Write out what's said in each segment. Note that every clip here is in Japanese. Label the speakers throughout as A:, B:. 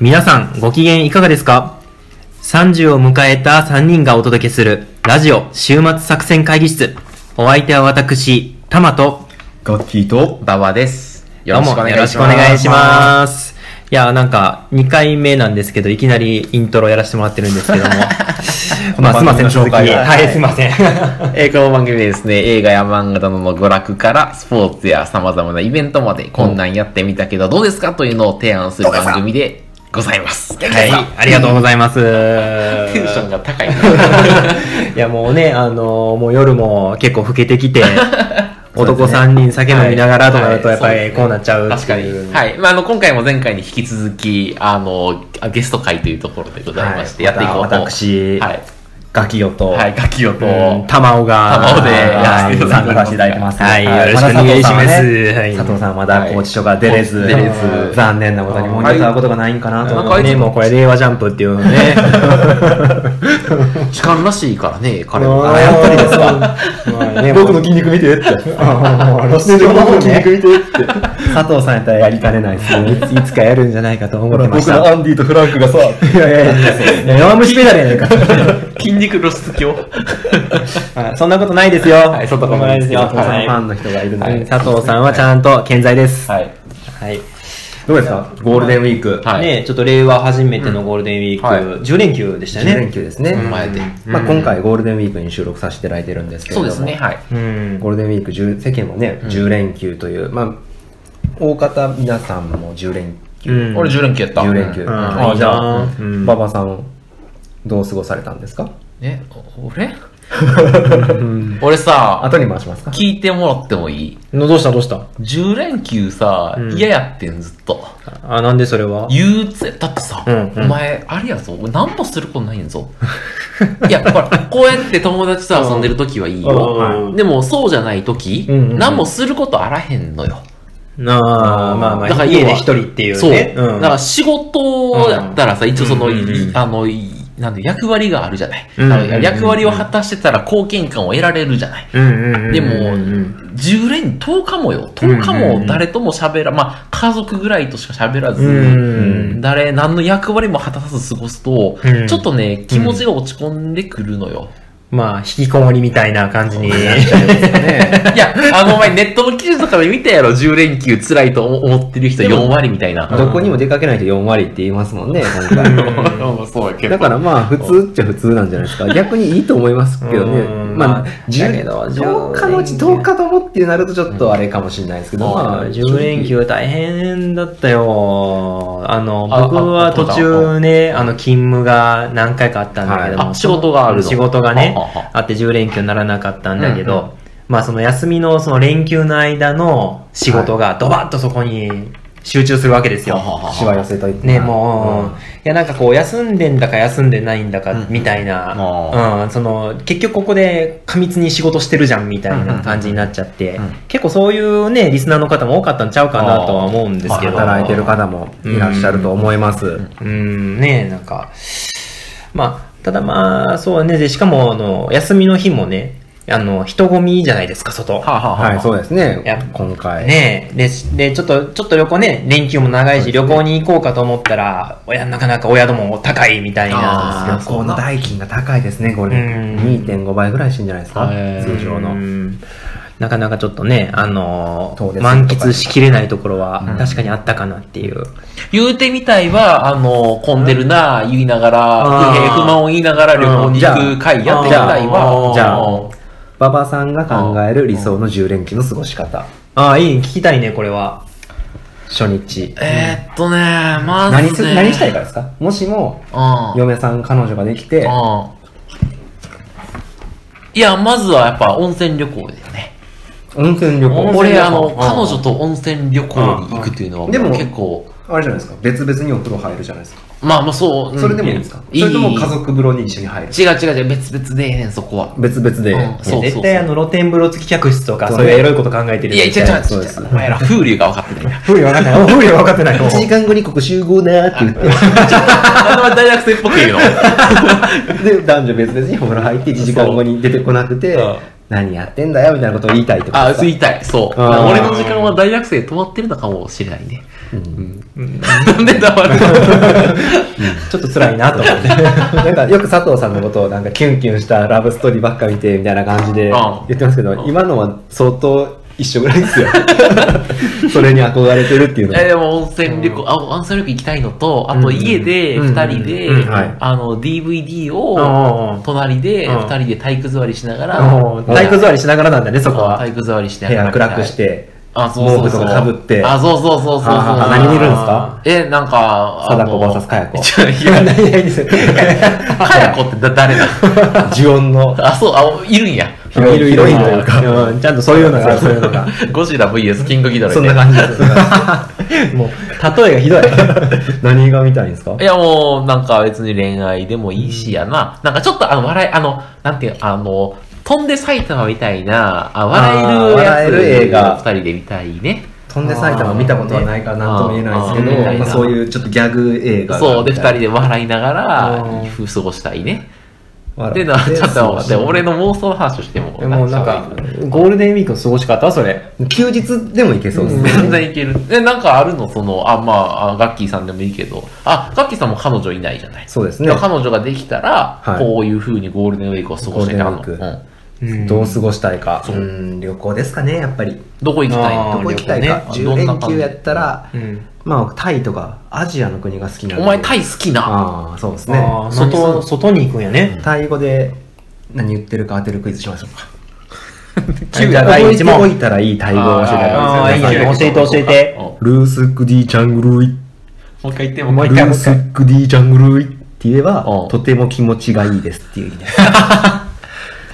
A: 皆さんご機嫌いかがですか ?30 を迎えた3人がお届けするラジオ週末作戦会議室。お相手は私、タマと、
B: ガッキーと、
C: 馬場です。
A: どうもよろしくお願いします。いや、なんか2回目なんですけど、いきなりイントロやらせてもらってるんですけども。まあ、すいません、続き。
B: この番組の紹
A: は
B: 介
A: い、
B: は
A: すいません。
C: えーこの番組でですね、映画や漫画などの娯楽から、スポーツや様々なイベントまで、こんなんやってみたけど、どうですかというのを提案する番組でございます。
A: はい、ありがとうございます。
C: テンションが高いな。
A: いやもうね、あのもう夜も結構更けてきて、 男3人酒飲みながらとかだとやっぱ
C: はい
A: りこうなっちゃうって
C: 確かに
A: いう。。
C: はい。まあ、あの、今回も前回に引き続き、あの、ゲスト会というところでございまして、やっていこうと。
A: また私、
C: はい。
A: ガキヨと、
C: はい、ガキオと、
A: うん玉尾が、
C: 玉尾で
A: は
C: やらせていただきま
A: 参
C: す
A: 加させていただいてます。
C: はい
A: よろしくお願いします。はい
B: 佐藤さんは
A: ま
B: ま
A: だ
B: だ
C: はい
A: 高知所が出れず、
C: 出れず
A: 残念なことにもう二度と会うことがないんかなと思っ
C: は
A: て
C: い
A: ね、もうこれ令和ジャンプっていうのね。
C: 痴漢らしいからね、彼も。
A: あやっぱりですか。 まあね
B: 僕の筋肉見てって。あの
A: スの
B: 僕の筋肉見てって。
A: 佐藤さんやったらやりかねないですよいついつかやるんじゃないかと思
B: ほ
A: って
B: ら、
A: ま
B: 僕
A: した
B: のアンディとフランクがさ、
A: いやいやいやいや弱虫ペダルやねんか
C: 筋肉露出 狂。
A: はいそんなことないですよ、
C: いそんなことないですよ
A: 佐藤さん
C: はい
A: ファンの人がいるので、
C: はい
A: 佐藤さんはちゃんと健在ですは
C: はい。
A: い、どうですかゴールデンウィーク、
C: はい
A: ねちょっと令和初めてのゴールデンウィーク、
C: うんは
A: 10連休でしたよ
B: 10連
A: ね
B: 休ですね。
C: うん前で
B: まあ今回ゴールデンウィークに収録させていただいてるんですけれ
C: そ
B: ども。
C: うですね、はい。
A: うん
B: ゴールデンウィーク10、世間もね、10連休という、まあ、大方皆さんも10連
A: う
B: 休。
A: ん
C: 俺10連休やった。
B: 10連休。
A: ん
B: あ
A: いい
B: じゃ
A: な
B: あ、
A: うん
B: 馬場さん、どう過ごされたんですか
C: え、お 俺俺さ、
B: 後に回しますか
C: 聞いてもらってもいい
A: のどうしたどうした
C: ?10 連休さ、
A: ん
C: 嫌やってん、ずっと。
A: あなんでそれは
C: 憂鬱やだってさ、
A: うんうん
C: お前、あれやぞ、俺何もすることないんぞ。いや、ほら、こうやって友達と遊んでる時はいい
A: うんう
C: よ
A: ん。
C: でも、そうじゃない時、
A: うんうんうん
C: 何もすることあらへんのよ。
A: なあまあまあ
C: だから要は
A: 家で一人っていう
C: そう。
A: ね
C: だから仕事やったらさ、一応その、
A: うんうんう
C: い
A: ん
C: あの、いなんで役割があるじゃない。
A: うんうんうん
C: だから役割を果たしてたら貢献感を得られるじゃない。
A: うん
C: でも、10連、10日もよ、10日
A: うんうんう
C: も
A: ん
C: 誰とも喋ら、まあ、家族ぐらいとしか喋らず、
A: うん
C: 誰、何の役割も果たさず過ごすと、
A: うん
C: ちょっとね、気持ちが落ち込んでくるのよ。
A: まあ、引きこもりみたいな感じ に。
C: いや、あの、お前、ネットの記事とかで見たやろ、10連休辛いと思思ってる人4割みたいな。
B: どこにも出かけないと4割って言いますもんね、今回。
C: そうやけ
B: だからまあ、普通っちゃ普通なんじゃないですか。 逆にいいと思いますけどね
A: う。ん
B: まあ
A: だ、け
B: 10
A: ど
B: 10日のうち10日ともってなるとちょっとあれかもしれないですけど、まあ、
A: 10連休大変だったよ。あの、
C: あ
A: 僕は途中ね、あの、勤務が何回かあったんだけど
C: はい
A: も。
C: あ仕事があるの
A: 仕事がね
C: ははは、
A: あって10連休にならなかったんだけ
C: うん
A: ど、まあ、その休みの、その連休の間の仕事がドバッとそこに集中するわけですよ。
B: しわ寄せといて。
A: ね、もう、
B: ん
A: いや、なんかこう、休んでんだか休んでないんだか、みたいな、
C: あ
A: うん、その、結局ここで過密に仕事してるじゃん、みたいな感じになっちゃって、結構そういうね、リスナーの方も多かったんちゃうかなとは思うんですけど、
B: 働いてる方もいらっしゃると思います。
A: うん、ね、なんか、まあ、ただまあ、そうね、で、しかも、あの、休みの日もね、あの、人混みじゃないですか、外。
C: はあはあはあ
B: はい、そうですね
A: いや。
B: 今回。
A: ねえ、で、で、ちょっと、ちょっと旅行ね、連休も長いし、旅行に行こうかと思ったら、親、なかなかお宿も高いみたい
C: あ
A: な。
C: ー
B: 旅行の代金が高いですね、これ。
A: うん
B: 2.5倍ぐらいしてんじゃないですか、
C: へー
B: 通常
A: う
B: の。
A: んなかなかちょっとね、あの
B: 遠出すると
A: ー、
B: か
A: 満喫しきれないところは、確かにあったかなっていう。
C: 言うてみたいは、あの、混んでるなあ言いながら、
A: あー
C: 不平不満を言いながら旅行に行く会やってみたいわ。
B: じゃあ
C: うん
B: 馬場さんが考える理想の10連休の過ごし方。
A: ああ、いい、聞きたいね、これは。
B: 初日。
C: えーっとね、まず、ね、
B: 何す、何したいかですかもしも、
C: うん。
B: 嫁さん、彼女ができて、
C: うん。いや、まずはやっぱ温泉旅行だよね。
B: 温泉旅行。
C: 俺、あ
B: う
C: の、
B: ん
C: 彼女と温泉旅行に行くっていうのは、
B: うんでも
C: 結構、
B: あれじゃないですか。別々にお風呂入るじゃないですか。
C: まあまあそう。うん
B: それでもいいんですか、それとも家族風呂に一緒に入る
C: 違う違う違う、別々でええねん、そこは。
B: 別々で。
C: うんそう
A: 絶対あの、露天風呂付き客室とか、そういうエロいこと考えてる
C: いや、違う
A: みたな
C: 違
B: そう
C: う
B: で
C: 違
B: す
C: う。お前ら、風流が分かってないな。
A: 風量分かんない。お風量分かってない。
B: 1時間後にここ集合だーって言って。
C: あんま大学生っぽく言う の。
B: で、男女別々にお風呂入って1時間後に出てこなくて
C: うん、
B: 何やってんだよみたいなことを言いたいってこと
C: あ、
B: です
C: 言いたい。そう。
B: あー
C: 俺の時間は大学生止まってるのかもしれないね。
B: か。うん
C: なんで黙るの
A: ちょっと辛いなと思 って。
B: なんかよく佐藤さんのことをなんかキュンキュンしたラブストーリーばっか見てみたいな感じで
C: うん
B: 言ってますけど、
C: うん
B: 今のは相当一緒ぐらいですよ。 それに憧れてるっていうの
C: えでも温泉旅行、あ温泉旅行行きたいのと、あと家で
A: うん
C: 2人で、
A: うんうんはい
C: あの DVD を
A: おー
C: 隣で
A: うん
C: 2人で体育座りしながら、
A: おー体育座りしながらなんだね、そこは
C: 体。育座りして
B: 部屋暗くして、
C: あ、そうそうそう。
B: 毛布とか被って
C: あ、そうそうそうそうそう。
B: あ何見るんですか
C: え、なんか、あの
B: 貞子 VS かやこ。
C: ちょいや、
B: 何々です
C: かやこってだ誰だ
B: 呪音の
C: あ、そう、あ、いるんや。
B: 広い
A: 広い
B: 広いと いうか、うんちゃんとそういうのが、そういうのが。
C: ゴジラ VS キングギドラみ
B: そ
C: た
B: んな
C: いな
B: 感じ です。もう、例えがひどい。 何が見たいんですか
C: いやもう、なんか別に恋愛でもいいしやな。なんかちょっとあの、笑い、あの、なんていう、あの、飛んで埼玉みたいな、あ笑えるやつ
B: あー笑える映画
C: 二人で見たいね。
B: 飛んで埼玉見たことはないからなんとも言えないですけ
C: あーあ
B: ど、
C: ー
B: まあ、そういうちょっとギャグ映画
C: そう、で、二人で笑いながら
A: あ、
C: 過ごしたいね。
B: 笑
C: で、な、ちょっと待って、
B: そう
C: 俺の妄想の話をしても。
A: えもうなんか、ゴールデンウィークの過ごし方それ。
B: 休日でも行けそうですね、
C: 全然いけ る。え、なんかあるのその、あ、まあ、あガッキーさんでもいいけど、あ、ガッキーさんも彼女いないじゃない
B: そうです
C: だ
B: ね
C: から彼女ができたら、
B: はい
C: こういう風にゴールデンウィークを過ごしてたの。
B: ゴールデンウィ
C: うん
B: どう過ごしたいか
C: そう
B: うん旅行ですかねやっぱり
C: どこ行きたい
A: あー
B: ど
C: の
B: こ行きたいか、
C: 旅行
B: 10
C: ね
B: 連休やったら、
A: うん。
B: まあタイとかアジアの国が好きなんで
C: お前タイ好きな。
B: ああそうですね
A: あー外、外に行くんやね。
B: タイ語で何言ってるか当てるクイズしましょ うか
A: 9
B: じゃあ
A: 第
B: 覚え
A: 1
B: て
A: 問
B: お。いたらいいタイ語を教えてあげ
A: あーあーいい
B: ます
A: ね教えて教えて
C: うんも
B: ルースクディチャングルイ
C: う一回言って
A: も
C: も
A: う
C: う
A: 一
C: 一
B: ル
A: 回
B: ースクディチャングルイって言えば
C: うん
B: とても気持ちがいいですっていう意味です
C: 回。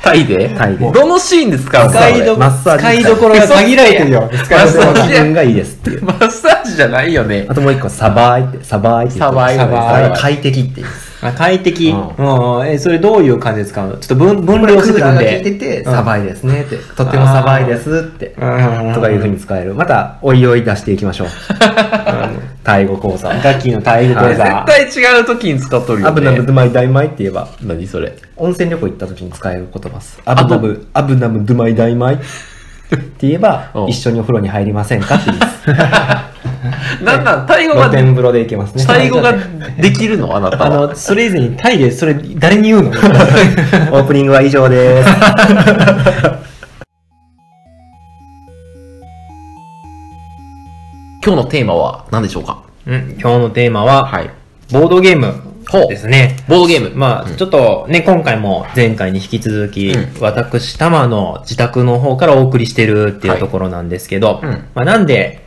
C: タイで
B: タイで
C: どのシーンですか
B: 使いど
C: ど
B: マッサージ
A: 使いどころが限られてるよ。
B: 使
A: 使
B: い
A: い
B: ど
A: ど
B: こ
A: こ
B: ろ
A: ろ
B: は
A: が
B: 気分がいいですっていう
C: マッサージじゃないよね
B: あ。ともう一個サバーイってサバーイって言うと
C: サバイ
B: サ
A: サ
B: バ
A: バ
B: イ
A: イ
B: 快適って言うんです
A: あ快適。
B: う
A: うんん。え、それどういう感じで使うのちょっと分、分
B: こ
A: 量
B: れ
A: して
B: クー
A: く
B: ラ
A: ん
B: ーが効いて
A: で。
B: てサバイですねってとてもサバイですって
A: うんうん。
B: とかいうふうに使えるまたおいおい出していきましょうタイ語講座
A: ガッキーの体育講
C: 絶
A: 座。
C: 対違う時に使っとる
B: ア
C: よ
B: ブナム
C: ね。
B: ドゥマイダイマイって言えば
C: 何それ。
B: 温泉旅行行った時に使える言葉ですアブナムアブナムドゥマイダイマイって言えば
C: うん
B: 一緒にお風呂に入りませんかって言います
C: なんなん、タイ語
B: 露
C: が、
B: 天風呂で行けますね
C: タイ語ができるのあなた
A: あ
C: は。
A: の、それ以前にタイでそれ誰に言うの
B: オープニングは以上です
C: 今日のテーマは何でしょうか
A: うん、今日のテーマは、
C: はい。
A: ボードゲーム
C: ほう
A: ですね。
C: ボードゲーム。
A: まあ、ちょっとね、今回も前回に引き続き、
C: うん
A: 私、たまの自宅の方からお送りしてるってい
C: は
A: う
C: い
A: ところなんですけど、
C: うん
A: まあ、なんで、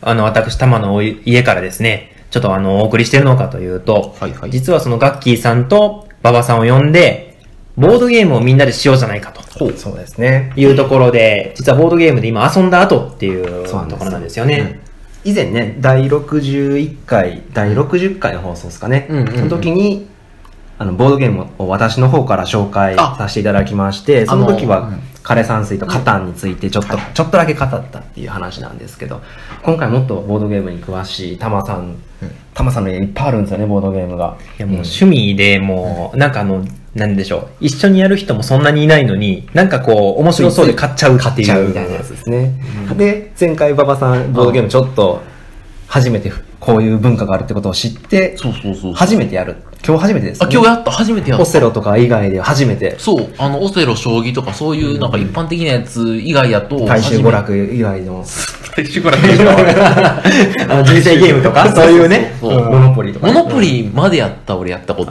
A: あの、私、たまのお家からですね、ちょっとあの、お送りしてるのかというと、
C: はいはい
A: 実はそのガッキーさんと馬場さんを呼んで、ボードゲームをみんなでしようじゃないかと
C: ほう。
B: そうですね
A: いうところで、実はボードゲームで今遊んだ後っていう
B: そうなんで
A: と
B: す
A: ころなんですよね。
B: 以前ね第61回第60回の放送ですかね、
C: うんうんうん
B: その時にあのボードゲームを私の方から紹介
C: あ
B: させていただきましてその時
C: あの
B: は
C: うん
B: 枯山水とカタンについてちょっと、ちょっとだけ語ったっていう話なんですけど今回もっとボードゲームに詳しいタマさん、タマさんの家いっぱいあるんですよねボードゲームが
A: いやもう趣味でもう、なんかあの、なんでしょう。一緒にやる人もそんなにいないのに、なんかこう、面白そうで買っちゃうって
B: ちゃ
A: いうう。
B: みたいなやつですね、で前回馬場さんボードゲームちょっと初めてこういう文化があるってことを知って
C: そうそうそう。
B: 初めてやる今日初めてです、ね、
C: あ、今日やった。初めてやった
B: オ。セロとか以外で初めて
C: そう、あの、オセロ、将棋とか、そういう、なんか一般的なやつ以外やと、
B: 大衆娯楽以外の
C: 初めて。大衆娯楽でしょ
A: あの人生ゲームと か、そういうね。
C: そうそうそう
B: モノポリとか
C: モ
B: ね、
C: ノポリまでやった、俺やったこと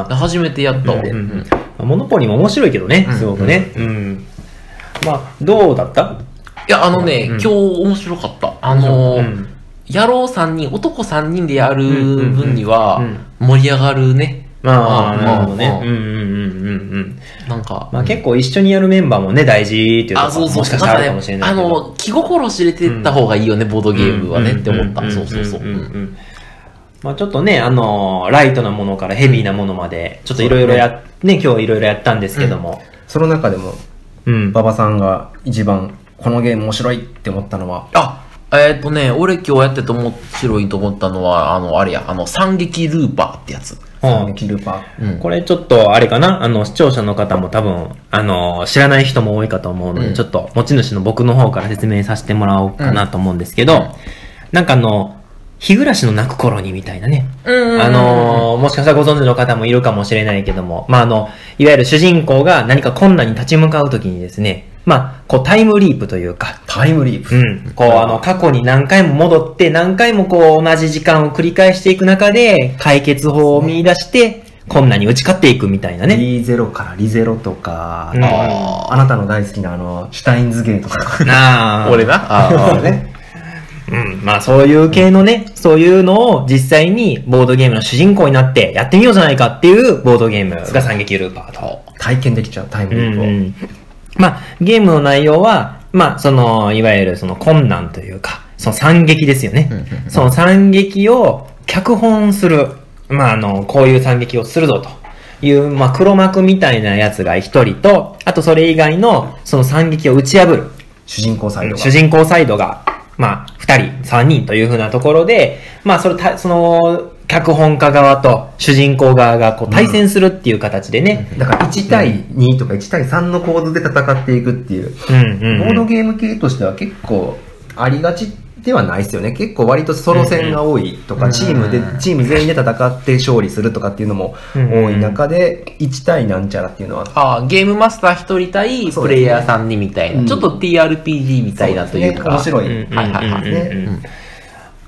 A: あー
C: るな。初めてやったわ。
A: う
C: うん
A: う
C: ん
A: んモノポリも面白いけどね、
C: うん
A: すごくね。うん。まあ、どうだった
C: いや、あのね、今日面白かった。あの
A: う
C: ー
A: ん、
C: 野郎3人、男3人でやる
A: うんうん
C: 分には
A: うん、
C: 盛り上がるね。
A: まあ、なるほどね。
C: う
A: うんんうんうんうんうん。
C: なんか。
A: まあ結構一緒にやるメンバーもね、大事っていうの
C: あ、そう
A: が
C: そう。
A: もしかしたらあるか
C: な
A: も
C: ん
A: し
C: か
A: れ
C: ね
A: ない
C: あ
A: けど。
C: の、気心知れてった方がいいよね、ボードゲームはね、って思った。そうそうそう。
A: ん
C: うん
A: んん
C: ん
A: んまあちょっとね、あのーライトなものからヘビーなものまで、ちょっといろいろや、ね、今日いろいろやったんですけども。
B: その中でも
A: うん。
B: 馬場さんが一番このゲーム面白いって思ったのは
C: あ、えっとね、俺今日やってて面白いと思ったのは、あの、あれや、あの、三撃ルーパーってやつ。
A: うん
B: キルパー
A: これちょっと、あれかなあの、視聴者の方も多分、あのー、知らない人も多いかと思うので、
C: うん
A: ちょっと、持ち主の僕の方から説明させてもらおうかなと思うんですけど、なんかあの、日暮らしの泣く頃にみたいなね。
D: うんうん。
A: あのーもしかしたらご存知の方もいるかもしれないけども、まあ、あの、いわゆる主人公が何か困難に立ち向かうときにですね、まあ、こうタイムリープというか、
B: タイムリープ。
A: うん、こうあの過去に何回も戻って何回もこう同じ時間を繰り返していく中で解決法を見出して困難に打ち勝っていくみたいなね。
B: リゼロからリゼロとか、
A: うん
B: あなたの大好きなあの、シュタインズゲートとか。
A: なあ
C: 俺な。ああ。
B: ね。
A: うん、まあそういう系のね、そういうのを実際にボードゲームの主人公になってやってみようじゃないかっていうボードゲームが三撃ルーパーと。
B: 体験できちゃう、タイム
A: う
B: リー
A: ん
B: プを。
A: うん、まあゲームの内容は、まあその、いわゆるその困難というか、その惨劇ですよね。その惨劇を脚本する、まああの、こういう惨劇をするぞと。いう、まあ、黒幕みたいなやつが一人と、あとそれ以外の、その惨劇を打ち破る、
B: 主人公サイドが。
A: 主人公サイドが、まあ、2人、3人というふうなところで、まあ、それた、その、脚本家側と主人公側がこう対戦するっていう形でね。
B: だから1対2とか1対3の構図で戦っていくっていう。
A: うんうん、
B: ボ
A: うん。
B: ードゲーム系としては結構ありがちではないですよね。結構割とソロ戦が多いとか、チームで、チーム全員で戦って勝利するとかっていうのも多い中で、1対なんちゃらっていうのは、
C: ああ、ゲームマスター一人対
B: そう
C: プ
B: ですね
C: レイヤーさんにみたいな、
B: うん
C: ちょっと TRPG みたいなというか。
B: 面白
A: うん
B: い。
A: うんうんうん
C: はいはいはい
B: ね
A: うん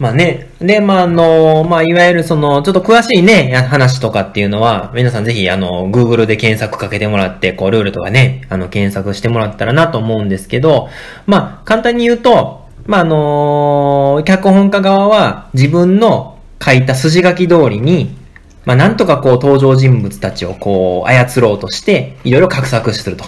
A: まあね。で、まあ、あの、まあ、いわゆるその、ちょっと詳しいね、や話とかっていうのは、皆さんぜひ、あの、Google で検索かけてもらって、こう、ルールとかね、あの、検索してもらったらなと思うんですけど、まあ、簡単に言うと、まあ、あの脚本家側は自分の書いた筋書き通りに、まあ、なんとかこう、登場人物たちをこう、操ろうとして、いろいろ画策すると。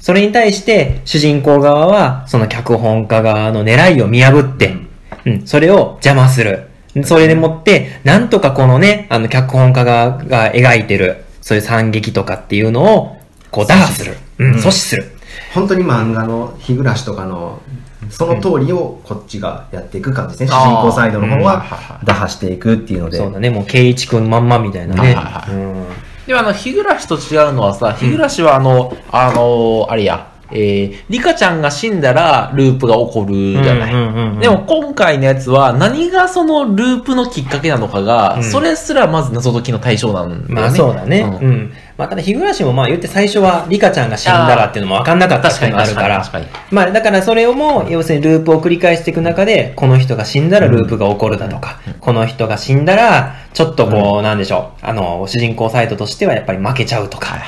A: それに対して、主人公側は、その脚本家側の狙いを見破って、うん、それを邪魔する。それでもって、なんとかこのね、あの、脚本家側が描いてる、そういう惨劇とかっていうのを、こう、打破する。うん、阻止する。
B: 本当に漫画の日暮らしとかのその通りをこっちがやっていく感じですね、
C: う
B: 主
C: ん
B: 人公サイドの方
C: あーうんはい
B: は
C: は
B: 打破していくっていうので
A: そうだね、もう、圭一くんまんまみたいな
C: はい
A: ね
C: は。い
A: うん
C: でもあの、日暮らしと違うのはさ、日暮らしはあの、あの、あれや、えー、リカちゃんが死んだらループが起こるじゃない。
A: うんうんうんうん
C: でも今回のやつは何がそのループのきっかけなのかが、
A: うん
C: それすらまず謎解きの対象なんだよね。
A: まあそうだね。
C: う
A: うんん。まあただ日暮らしもまあ言って最初はリカちゃんが死んだらっていうのも分かんなかったっ
C: 確
A: て
C: か
A: いう
C: に
A: のがある
C: 確
A: か
C: かに
A: ら
C: 確。かに。
A: まあだからそれをもう要するにループを繰り返していく中でこの人が死んだらループが起こるだとか、この人が死んだらちょっとこうなんでしょう、あの主人公サイトとしてはやっぱり負けちゃうとか、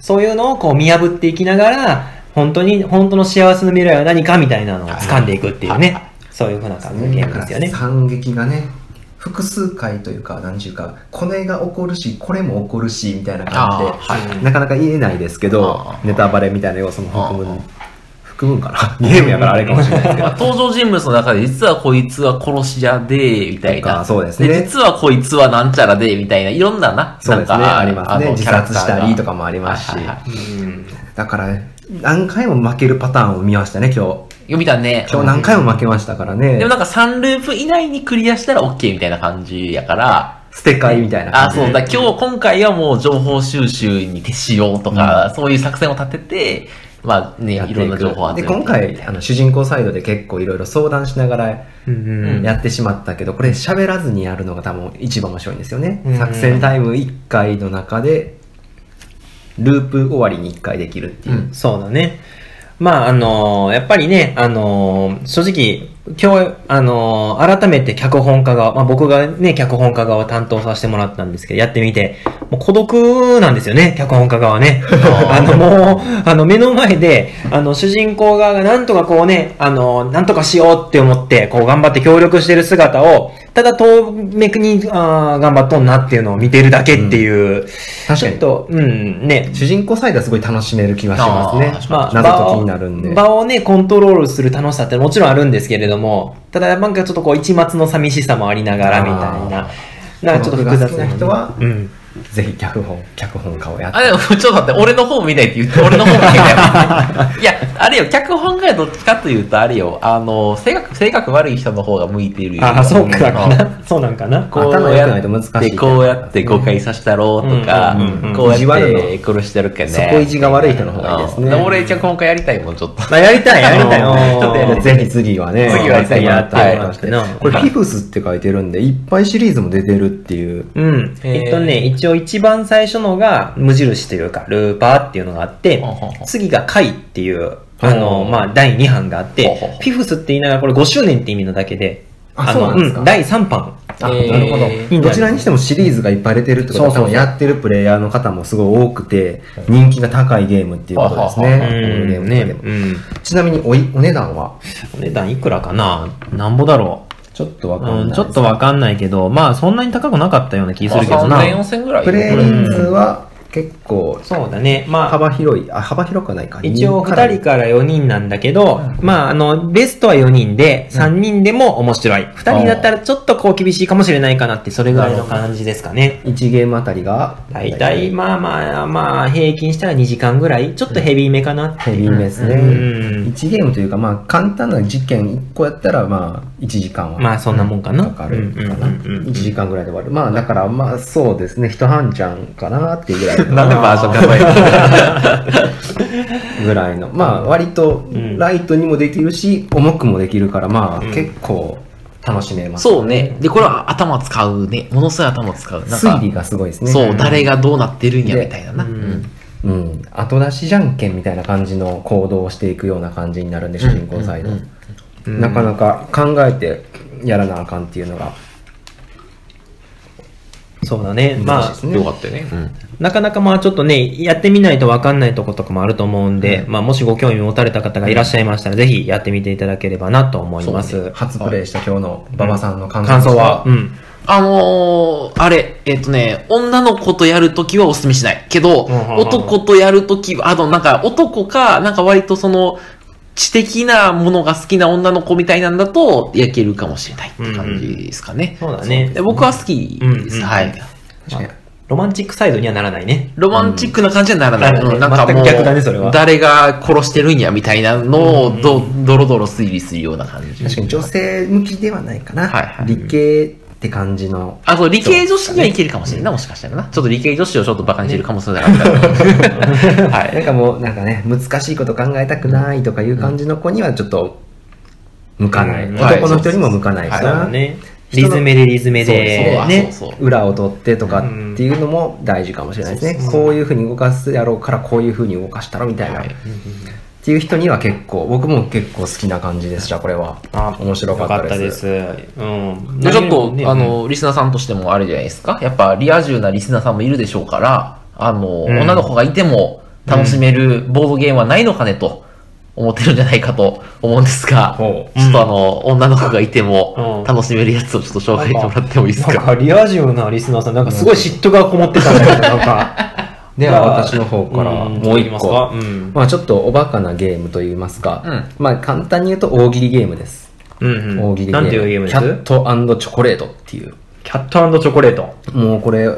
A: そういうのをこう見破っていきながら本当に本当の幸せの未来は何かみたいなのを掴んでいくっていう
C: はいは
A: ね、そういうふうな感じのゲー
B: だ
A: ム
B: か
A: で
B: ら
A: すよね。
B: 惨劇がね複数回というか何ちゅうかこれが起こるしこれも起こるしみたいな感じで
C: あーは
B: なかなか言えないですけ
C: あ
B: どネタバレみたいな要素も含む含むんかな ゲームやからあれかもしれないですけ
C: まあ、
B: ど
C: 登場人物の中で実はこいつは殺し屋で、みたい
B: と
C: な。
B: かそうですね
C: 実はこいつはなんちゃらで、みたいな。いろんなな。
B: そうですね
C: なんか
B: ありますね
C: の
B: 自殺したりと
C: キャラクターが
B: かもありますし
C: はいはいはい
A: うん
B: だから何回も負けるパターンを見ましたね今日
C: 読みたね。
B: 今日何回も負けましたからね
C: でもなんか3ループ以内にクリアしたら OK みたいな感じやから。
B: 捨て替えみたいな
C: あ、
B: 感じで
C: そうだ。今日、今回はもう情報収集に徹しようとか、そういう作戦を立てて、まあね、
B: やって
C: い
B: いく
C: ろんな情報を集め
B: で
C: て。
B: 今回あの主人公サイドで結構いろいろ相談しながら
A: うんうん
C: うん
B: やってしまったけど、これ喋らずにやるのが多分一番面白いんですよね、
A: うん
B: 作戦タイム1回の中でループ終わりに1回できるっていう、
C: うん
A: そうだね。まあ、あのーやっぱりね、あのー正直、今日、あのー改めて脚本家が、まあ僕がね、脚本家側を担当させてもらったんですけど、やってみて、もう孤独なんですよね、脚本家側は ね。あの、もう、あの、目の前で、あの、主人公側がなんとかこうね、あのーなんとかしようって思って、こう頑張って協力してる姿を、ただ遠めくに、あー頑張っとんなっていうのを見てるだけっていう、
B: 確
A: ちょ
B: かに
A: っと、うん、ね、
B: 主人公サイドはすごい楽しめる気がします
C: あー
B: ね
C: 確
A: まあ、
B: 謎
A: 場
B: 解
A: を
B: きになるんで
A: 場をね、コントロールする楽しさってもちろんあるんですけれども、ただなんかちょっとこう、一抹の寂しさもありながらみたいな
B: あ。
A: なんかちょっと複雑な
B: 孤独が好きな人は
A: うん。
B: ぜひ脚本脚本家をやって
C: あ、でも、ちょっと待って、俺の方見ないって言って、俺の方見ないって言って。いや、あれよ、脚本家はどっちかというと、あれよ、あの、性格、性格悪い人の方が向いているよ。
A: ああ、そうか
C: ん
A: な。そうなんかな。
C: こ う
B: 頭良くな
C: や
B: いと難しい
C: って、こうやって誤解させたろうとか
A: うんうんうんうん、
C: こうやっ
B: 意地悪
C: て
B: な
C: 殺してるっけね。
B: そこ意地が悪い人の方がいいですね
C: うん俺、一応今回やりたいもん、ちょっと。
A: まあ、やりたい、やりたい。
B: あー
A: ちょっとやりたい
B: ぜひ次はね、
C: 次はやりたいな
B: やってもらって
A: はい
B: これ、フィフスって書いてるんで、いっぱいシリーズも出てるっていう。
A: うん。
C: へー
A: えっとね、一応一番最初のが無印というか、ルーパーっていうのがあって
C: ほうほうほ、う
A: 次がカイっていう、あの、
B: ほう
A: まあ、第2版があっ
C: ほう
A: て
C: ほうほう、
A: ピフスって言いながらこれ5周年って意味のだけで、
B: あ
A: の
B: そうなんですか
A: ん、第3版。
B: あ、
C: えー
B: なるほ
A: いいんじゃない
B: ど。どちらにしてもシリーズがいっぱい出てるってことは、
C: そうそ
B: 多
C: うそう
B: 分やってるプレイヤーの方もすごい多くて、人気が高いゲームっていうことですね。
C: は
B: ボ
C: はは
B: ードゲームの中
A: ね
B: で、も
A: うん。
B: ちなみにおい、お値段は
A: お値段いくらかななんぼだろ
B: ちょっとわ
A: う、
B: かんない、
A: うん、ちょっとわかんないけど、まあ、そんなに高くなかったような気するけどな。
C: 3000、4000ぐらい
B: プ
C: よ。
B: レイズは結構
A: そうだね。まあ、
B: 幅広い、あ、幅広くはないか。
A: 一応
B: から
A: 2人から4人なんだけど、まああのベストは4人で3人でも面白い、2人だったらちょっとこう厳しいかもしれないかなってそれぐらいの感じですかね
B: 1ゲームあたりが、
A: 大体まあまあまあ平均したら2時間ぐらいちょっとヘビーめかな、
B: ヘビーですね。
A: うん
B: 1ゲームというか、まあ、簡単な実験1個やったら、まあ、1時間は。
A: まあそんなもんかな
B: かかるかな。
A: うんうんうんうん
B: 1時間ぐらいで終わる。まあ、だから、まあ、そうですね。一半ちゃんかなっていう ぐらいの。
C: なんでバージョンが高い
B: ぐらいの。まあ、割と、
A: ん
B: ライトにもできるし、重くもできるから、まあ、
A: ん
B: 結構、楽しめます。
C: そうね。で、これは頭使うね。ものすごい頭使う。なんか
B: 推理がすごいですね。
C: そう、誰がどうなってるんや、
B: で
C: みたいなな。
A: う
C: うんん
B: うん。後出しじゃんけんみたいな感じの行動をしていくような感じになるんで、主人公サイド。
A: うん
B: なかなか考えてやらなあかんっていうのが。
A: そうだねまあ
B: 難しいですね
C: よかったよね。うん
A: なかなかまあちょっとね、やってみないとわかんないとことかもあると思うんで、まあもしご興味持たれた方がいらっしゃいましたら、ぜひやってみていただければなと思います。
B: 初プレイした今日の馬場さんの感
A: 感想は、
B: う
A: うんん。
C: あのー、あれ、えっ、とね、女の子とやるときはお勧めしない。けど、
A: うんうんうん
C: 男とやるときは、あの、なんか、男か、なんか割とその、知的なものが好きな女の子みたいなんだと、焼けるかもしれないって感じですかね。
A: そうだね
C: で僕は好きです。
A: うんうん
C: はい。
B: 確か
A: ロマンチックサイドにはならないね。
C: ロマンチックな感じにはならない。
A: うん
C: うんなんかも
A: 全
C: う、
A: く逆だねそれは
C: 誰が殺してるんやみたいなのをど、ドロドロ推理するような感じ。
B: に確かに女性向きではないかな。
C: はいはい
B: 理系って感じの。
C: あと、理系女子にはいけるかもしれんないな、もしかしたらな。ちょっと理系女子をちょっとバカにしてるかもしれないから。 は
B: なん
C: い。
B: かもう、なんかね、難しいこと考えたくないとかいう感じの子にはちょっと、向かない。
A: うん
B: 男の人にも向かないか
C: はい
A: そう
B: ら
A: だね。リズメでリズメで、ね。
C: そうそうそう。
B: 裏を取ってとかっていうのも大事かもしれないですね。
A: うん
B: こういう風に動かすやろうから、こういう風に動かしたらみたいな。
C: はい
B: っていう人には結構、僕も結構好きな感じでした、これは。
A: あ
B: 面白かったです。
A: よかったですうん。
C: でちょっと、
A: ね
C: あ、の、リスナーさんとしてもあれじゃないですか。やっぱ、リア充なリスナーさんもいるでしょうから、あの、
A: ん
C: 女の子がいても楽しめるボードゲームはないのかねと思ってるんじゃないかと思うんですが、
B: ほ
C: ちょっとあの、女の子がいても
A: うん
C: 楽しめるやつをちょっと紹介してもらってもいいです
A: なん
C: か。
A: かリア充なリスナーさん、なんかすごい嫉妬がこもってたんだけど、なんか。
B: では私の方から
A: ん
B: もう一個
A: いきますかうん。
B: まあちょっとおバカなゲームと言いますか、まあ簡単に言うと大喜利ゲームです。
A: うんうん
B: 大喜利
A: なんていうゲームで
B: キャッ
A: す
B: トチョコレートっていう。
A: キャットチョコレート。
B: もうこれ、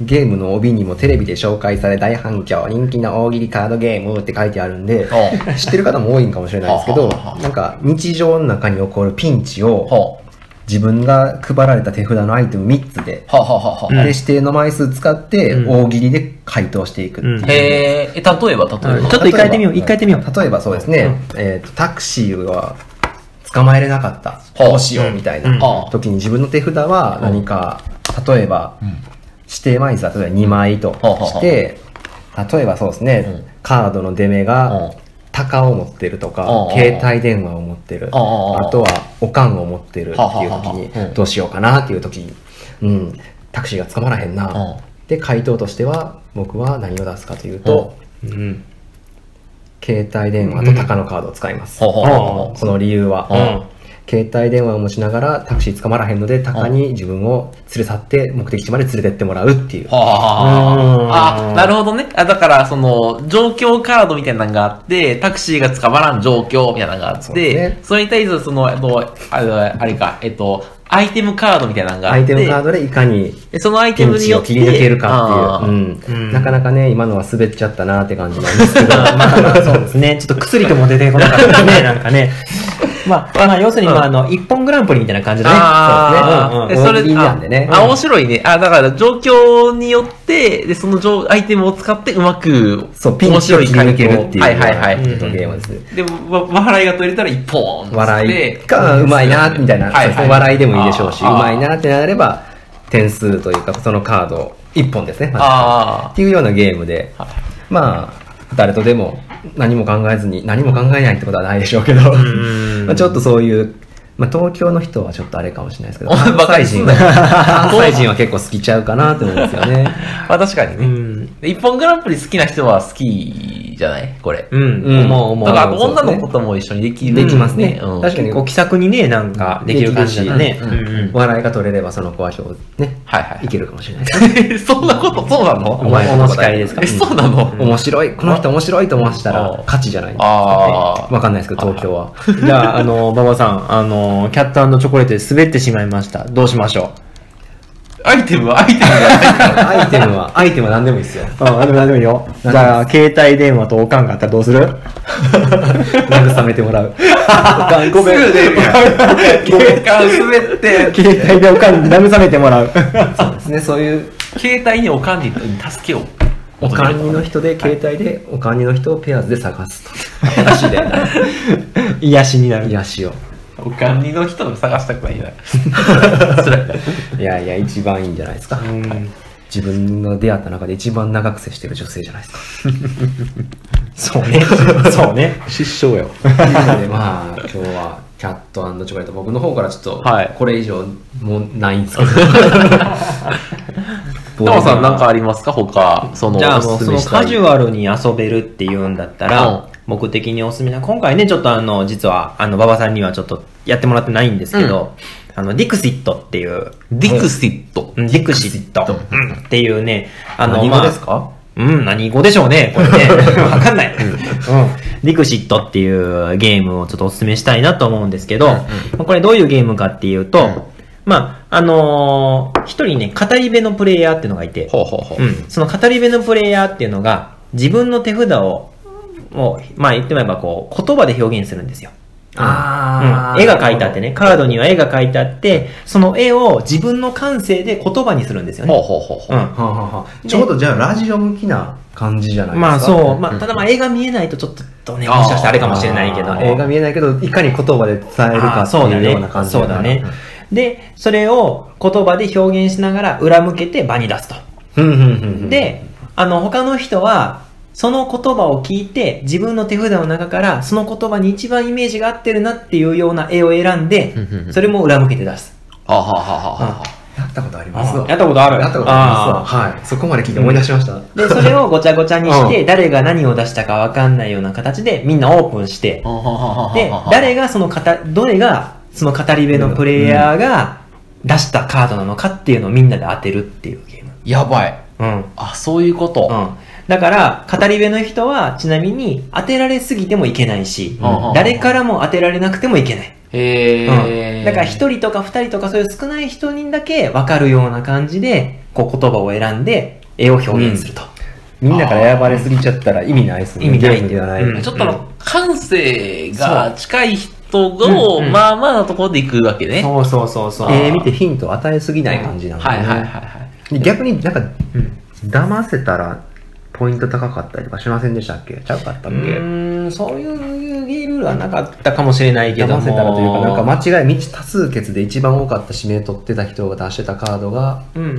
B: ゲームの帯にもテレビで紹介され大反響、人気の大喜利カードゲームって書いてあるんで、
C: う
B: 知ってる方も多いんかもしれないですけど
C: はあはあは、
B: なんか日常の中に起こるピンチを、
C: ほう
B: 自分が配られた手札のアイテム3つで、
C: はあはあはあはあ
B: で指定の枚数使って大喜利で回答していくっていう
A: うん
C: へーえ、例えば、例えば。
A: ちょっと一回やってみよう一回やってみよう
B: 例えばそうですね、えーとタクシーは捕まえれなかった
C: ほう
B: どうしようみたい
A: うん
B: な時に自分の手札は何か例えば指定枚数は例えば2枚と
C: ほうほうほう
B: して例えばそうです
C: うん
B: ねカードの出目
C: うん
B: が鷹を持ってると
C: うん
B: か
C: うんうん
B: 携帯電話を持ってる
C: うんうんうん
B: あとはおかんを持ってるっていう
C: ははは
B: 時
C: はうん
B: にどうしようかなっていう時にうんタクシーが捕まらへん
C: うん
B: なで回答としては僕は何を出すかというと
A: うん。
B: 携帯電話と鷹のカードを使います、
C: ほうほうほうほ
B: その理由は、
A: うん
B: 携帯電話を持ちながらタクシー捕まらへんので、タカに自分を連れ去って目的地まで連れてってもらうっていう。
A: う
C: はあ。
A: ん
C: あ、なるほどね。あ、だから、その、状況カードみたいなのがあって、タクシーが捕まらん状況みたいなのがあっ
B: そうで
C: て、
B: すね
C: それに対する、その、えっと、ああれか、えっと、アイテムカードみたいなのがあ
B: ア
C: っ
B: イ
C: て、
B: テムカードでいかに
C: そのアイ
B: ピ
C: テ
B: ン
C: ムに
B: チ
C: よ
B: を
C: って、
B: 切り抜けるかって
C: あ
B: いう。
C: ー
B: う
A: うん
B: ん。なかなかね、今のは滑っちゃったなって感じなんですけど。
A: まあまあそうですね。ちょっと薬とも出てこなかったです ね、なんかね。まあ、まあ、要するに、まあ、あの、一本グランプリみたいな感じだね。
C: あ
A: そう
C: あ、
A: で
B: ー
A: すね。うんうん
B: 大喜利なんでね
C: あ、
B: うん
C: 面白いね。あ、だから状況によって、で、その状アイテムを使ってうまく、
B: そう、ピンチを切り抜けるっていう。
C: はいはいはい。
A: うん
B: ゲームです。
C: で、わ笑いが取れたら一本。
B: 笑い
C: で
B: か、うまいな、みたいな。
C: はいはい
B: そうですね笑いでもいいでしょうし、う
C: あー
B: まいなってなれば、点数というか、そのカード1本ですね。まず
C: あ
B: っていうようなゲームで
C: はい、
B: まあ、誰とでも何も考えずに、何も考えないってことはないでしょうけど、
A: ん
B: まあちょっとそういう、まあ東京の人はちょっとあれかもしれないですけど、
C: お前
B: 関
C: バカに
B: 西
C: すん
B: 人
C: な
B: は、
C: よ
B: 関西人は結構好きちゃうかなって思うんですよね。
C: あ。まあ確かに
A: う
C: ね。
A: ん。
C: で一本グランプリ好きな人は好きじゃないこれ。
A: うん。
B: うん
A: 思う思う。
C: だから
B: そう
C: 女
B: ですね
C: の子とも一緒にできる。
B: できますね
C: うん
B: 確かに
A: 結構気さくにね、なんか、できる感じだね。
C: できるし
A: うん
B: 笑いが取れればその子はそうね、
C: はいはい
B: けるかもしれないです。
C: い。 そんなこと、そうなの
B: お前
A: お持ち帰りですか
C: え、そうなの
B: 面白い、この人面白いと思わせたら
C: あー
B: 勝ちじゃない
C: あー
B: わかんないですけど、東京は。
A: じゃあ、あの、馬場さん、あの、キャットチョコレートで滑ってしまいました。どうしましょ
C: アイテムはアイテムじゃない。
B: アイテムは、アイテムは何でもいいですよ。
A: ううん、でも大丈夫よ。じゃあ、携帯電話とおかんがあったらどうする
B: 慰めてもら う。ごめん。
C: すぐ出るやん。
A: 携
C: 交換滑っ て、
A: 携帯でおかんに慰めてもらう。
B: そうですね、そういう、
C: 携帯におかんに助けを
B: お
C: 求め
B: か
C: る
B: んにの人で、携帯で、おかんにの人をペアーズで探すと。足で、
A: 癒しになる。
B: 癒しを。
C: おかんにの人を探したく ないな辛い
B: いやいや、一番いいんじゃないですか。
A: うん
B: 自分の出会った中で一番長く接してる女性じゃな いです
A: そ
B: か。
A: うね。そうね。失 笑よ。
B: というので、まあ、今日は、キャットチョコレート、僕の方からちょっと、
C: はい
B: これ以上、もうないんですけど。
C: タモさん何かありますか他その
A: じゃあ
C: お
A: もう
C: すす
A: そ
C: め
A: の
C: した
A: カ
C: い
A: ジュアルに遊べるっていうんだった
C: うん
A: ら、僕的におすすめな、今回ね、ちょっとあの、実は、あの、馬場さんにはちょっとやってもらってないんですけど、あの、ディクシットっていう、
C: ディクシット
A: うんディクシットうんっていうね、 あの、
B: 何
A: ま
B: 語
A: あ
B: ですか、
A: うん、何語でしょうね、これね。 わかんない。うん。ディクシットっていうゲームをちょっとお勧めしたいなと思うんですけど、
C: うんうん
A: まあこれどういうゲームかっていうと、
C: ん
A: まあ、あのー一人ね、語り部のプレイヤーっていうのがいて、
C: ほうほうほう、
A: うん、その語り部のプレイヤーっていうのが、自分の手札を、もう、まあ言ってみればこう、言葉で表現するんですよ。
B: あ
A: うん絵が描いてあってね、カードには絵が描いてあって、その絵を自分の感性で言葉にするんですよ
C: ほう
A: ね。
C: ほうほうほ
A: う
C: う、
A: ん。
B: はあはあはあちょうどじゃあラジオ向きな感じじゃないですか。
A: まあそう、ま
C: う
A: あ
C: ん
A: ただまあ絵が見えないとちょっとね、もしかしたらあれかもしれないけど、
B: あー映画見えないけど、いかに言葉で伝える
A: あ
B: か
A: ー
B: って
A: そうだ
B: いうような感
A: ね。
B: じ
A: そうだね。で、それを言葉で表現しながら裏向けて場に出すと。
B: うんうんうんうん。
A: で、あの、他の人は、その言葉を聞いて、自分の手札の中から、その言葉に一番イメージが合ってるなっていうような絵を選んで
C: うんうんう、ん
A: それも裏向けて出す。
C: はあはあはあはあはあ
B: やったことありますわ。
A: やったことある
B: やったことありますわ。はい。そこまで聞いて思い出しました。
A: で、それをごちゃごちゃにし
B: う
A: て、誰が何を出したかわかんないような形で、みんなオープンして、
C: はあはあはあ
A: で
C: はあ、
A: 誰がその方、どれが、その語り部のプレイヤーが出したカードなのかっていうのをみんなで当てるっていうゲーム。
C: やばい
A: うん。
C: あそういうこと、
A: うん。だから、語り部の人は、ちなみに、当てられすぎてもいけないし、
C: うん
A: 誰からも当てられなくてもいけない。
C: へえ、
A: うん。だから、一人とか二人とか、そういう少ない人にだけ分かるような感じで、こう、言葉を選んで、絵を表現すると。
B: みんなから選ばれすぎちゃったら意味ないですね。
A: 意味ない
B: ゲームではない。
A: うん
C: ちょっとあの感性
A: そ
C: が近い人を、
A: うんうん
C: まあまあなところで行くわけね
A: そうそうそうそう。
B: えー、見てヒントを与えすぎない感じなんで、ね。
C: はいはいはいはい
B: で逆になんか、
A: うん
B: 騙せたら、ポイント高かったりとかしませんでしたっけちゃうかったっ
A: う
B: け
A: ーん、そういうゲームはなかったかもしれないけど
B: 騙
A: も。
B: せたらというか、なんか間違い、道多数決で一番多かった指名取ってた人が出してたカードが、
A: うんうんうん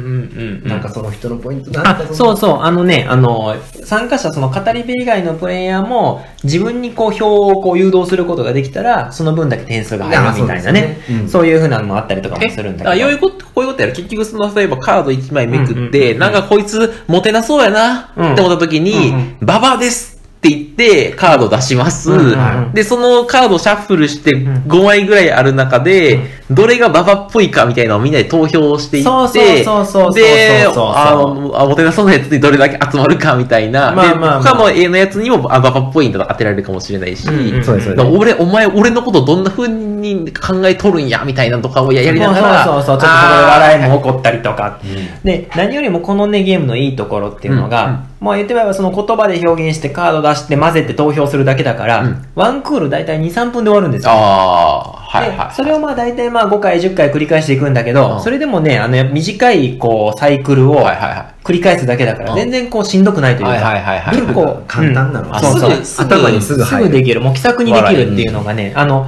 A: うん。
B: なんかその人のポイントなんだ
A: あ
B: ろ、な
A: そうそう、あのね、あの、参加者、その語り部以外のプレイヤーも、自分にこう、票をこう誘導することができたら、その分だけ点数が入るみたいな
B: あそう
A: ね
B: で。すねうん
A: そういうふうなのもあったりとかもするんだ
C: あ
A: け
C: よ
A: ど。
C: いこと、こういうことやる。結局、その、例えばカード1枚めくって、
A: うんうんうんうん
C: なんかこいつ、モテなそうやな、
A: うん
C: って思った時に
A: うん、
C: ババアですってって言って、カード出します、
A: うんうんうん
C: で、そのカードシャッフルして
A: ん
C: 5枚ぐらいある中で、どれがババっぽいかみたいなのをみんなで投票していって、
B: そうそうそうそうそうそうそう
C: で、あの、あモテなそうなやつにどれだけ集まるかみたい
B: ま
C: な、
B: あまあまあ
C: で他の絵のやつにもあババっぽいの当てられるかもしれないし、
A: うんうん
B: そうですそう
C: だ
B: で
C: から
B: す
C: 俺、お前、俺のことどんな風に考えとるんや、みたいなのとかをややりながら、
B: そうそうそうちょっとこれ
A: 笑い
C: あー
A: も起こったりとか。で、何よりもこのね、ゲームのいいところっていうの
C: うんうん
A: が、もう言ってみればその言葉で表現してカード出して混ぜて投票するだけだから、
C: うん
A: ワンクール大体2、3分で終わるんですよ。
C: あー、はいはいは
A: で
C: い。
A: それをまあ大体まあ5回10回繰り返していくんだけど、
C: うん
A: それでもね、あの短いこうサイクル
C: はい
A: を
C: はいは
A: 繰り返すだけだから、
C: うん
A: 全然こうしんどくないと
C: い。
A: いうか、
C: はいはいはいはい。
A: 結構
B: 簡単なの
A: うん
C: あ
A: そうそう
C: すぐすぐ
B: 頭にすぐ
A: す
B: 入
A: ぐ
B: る。
A: できる、もう気さくにできるっていうのがね、あの、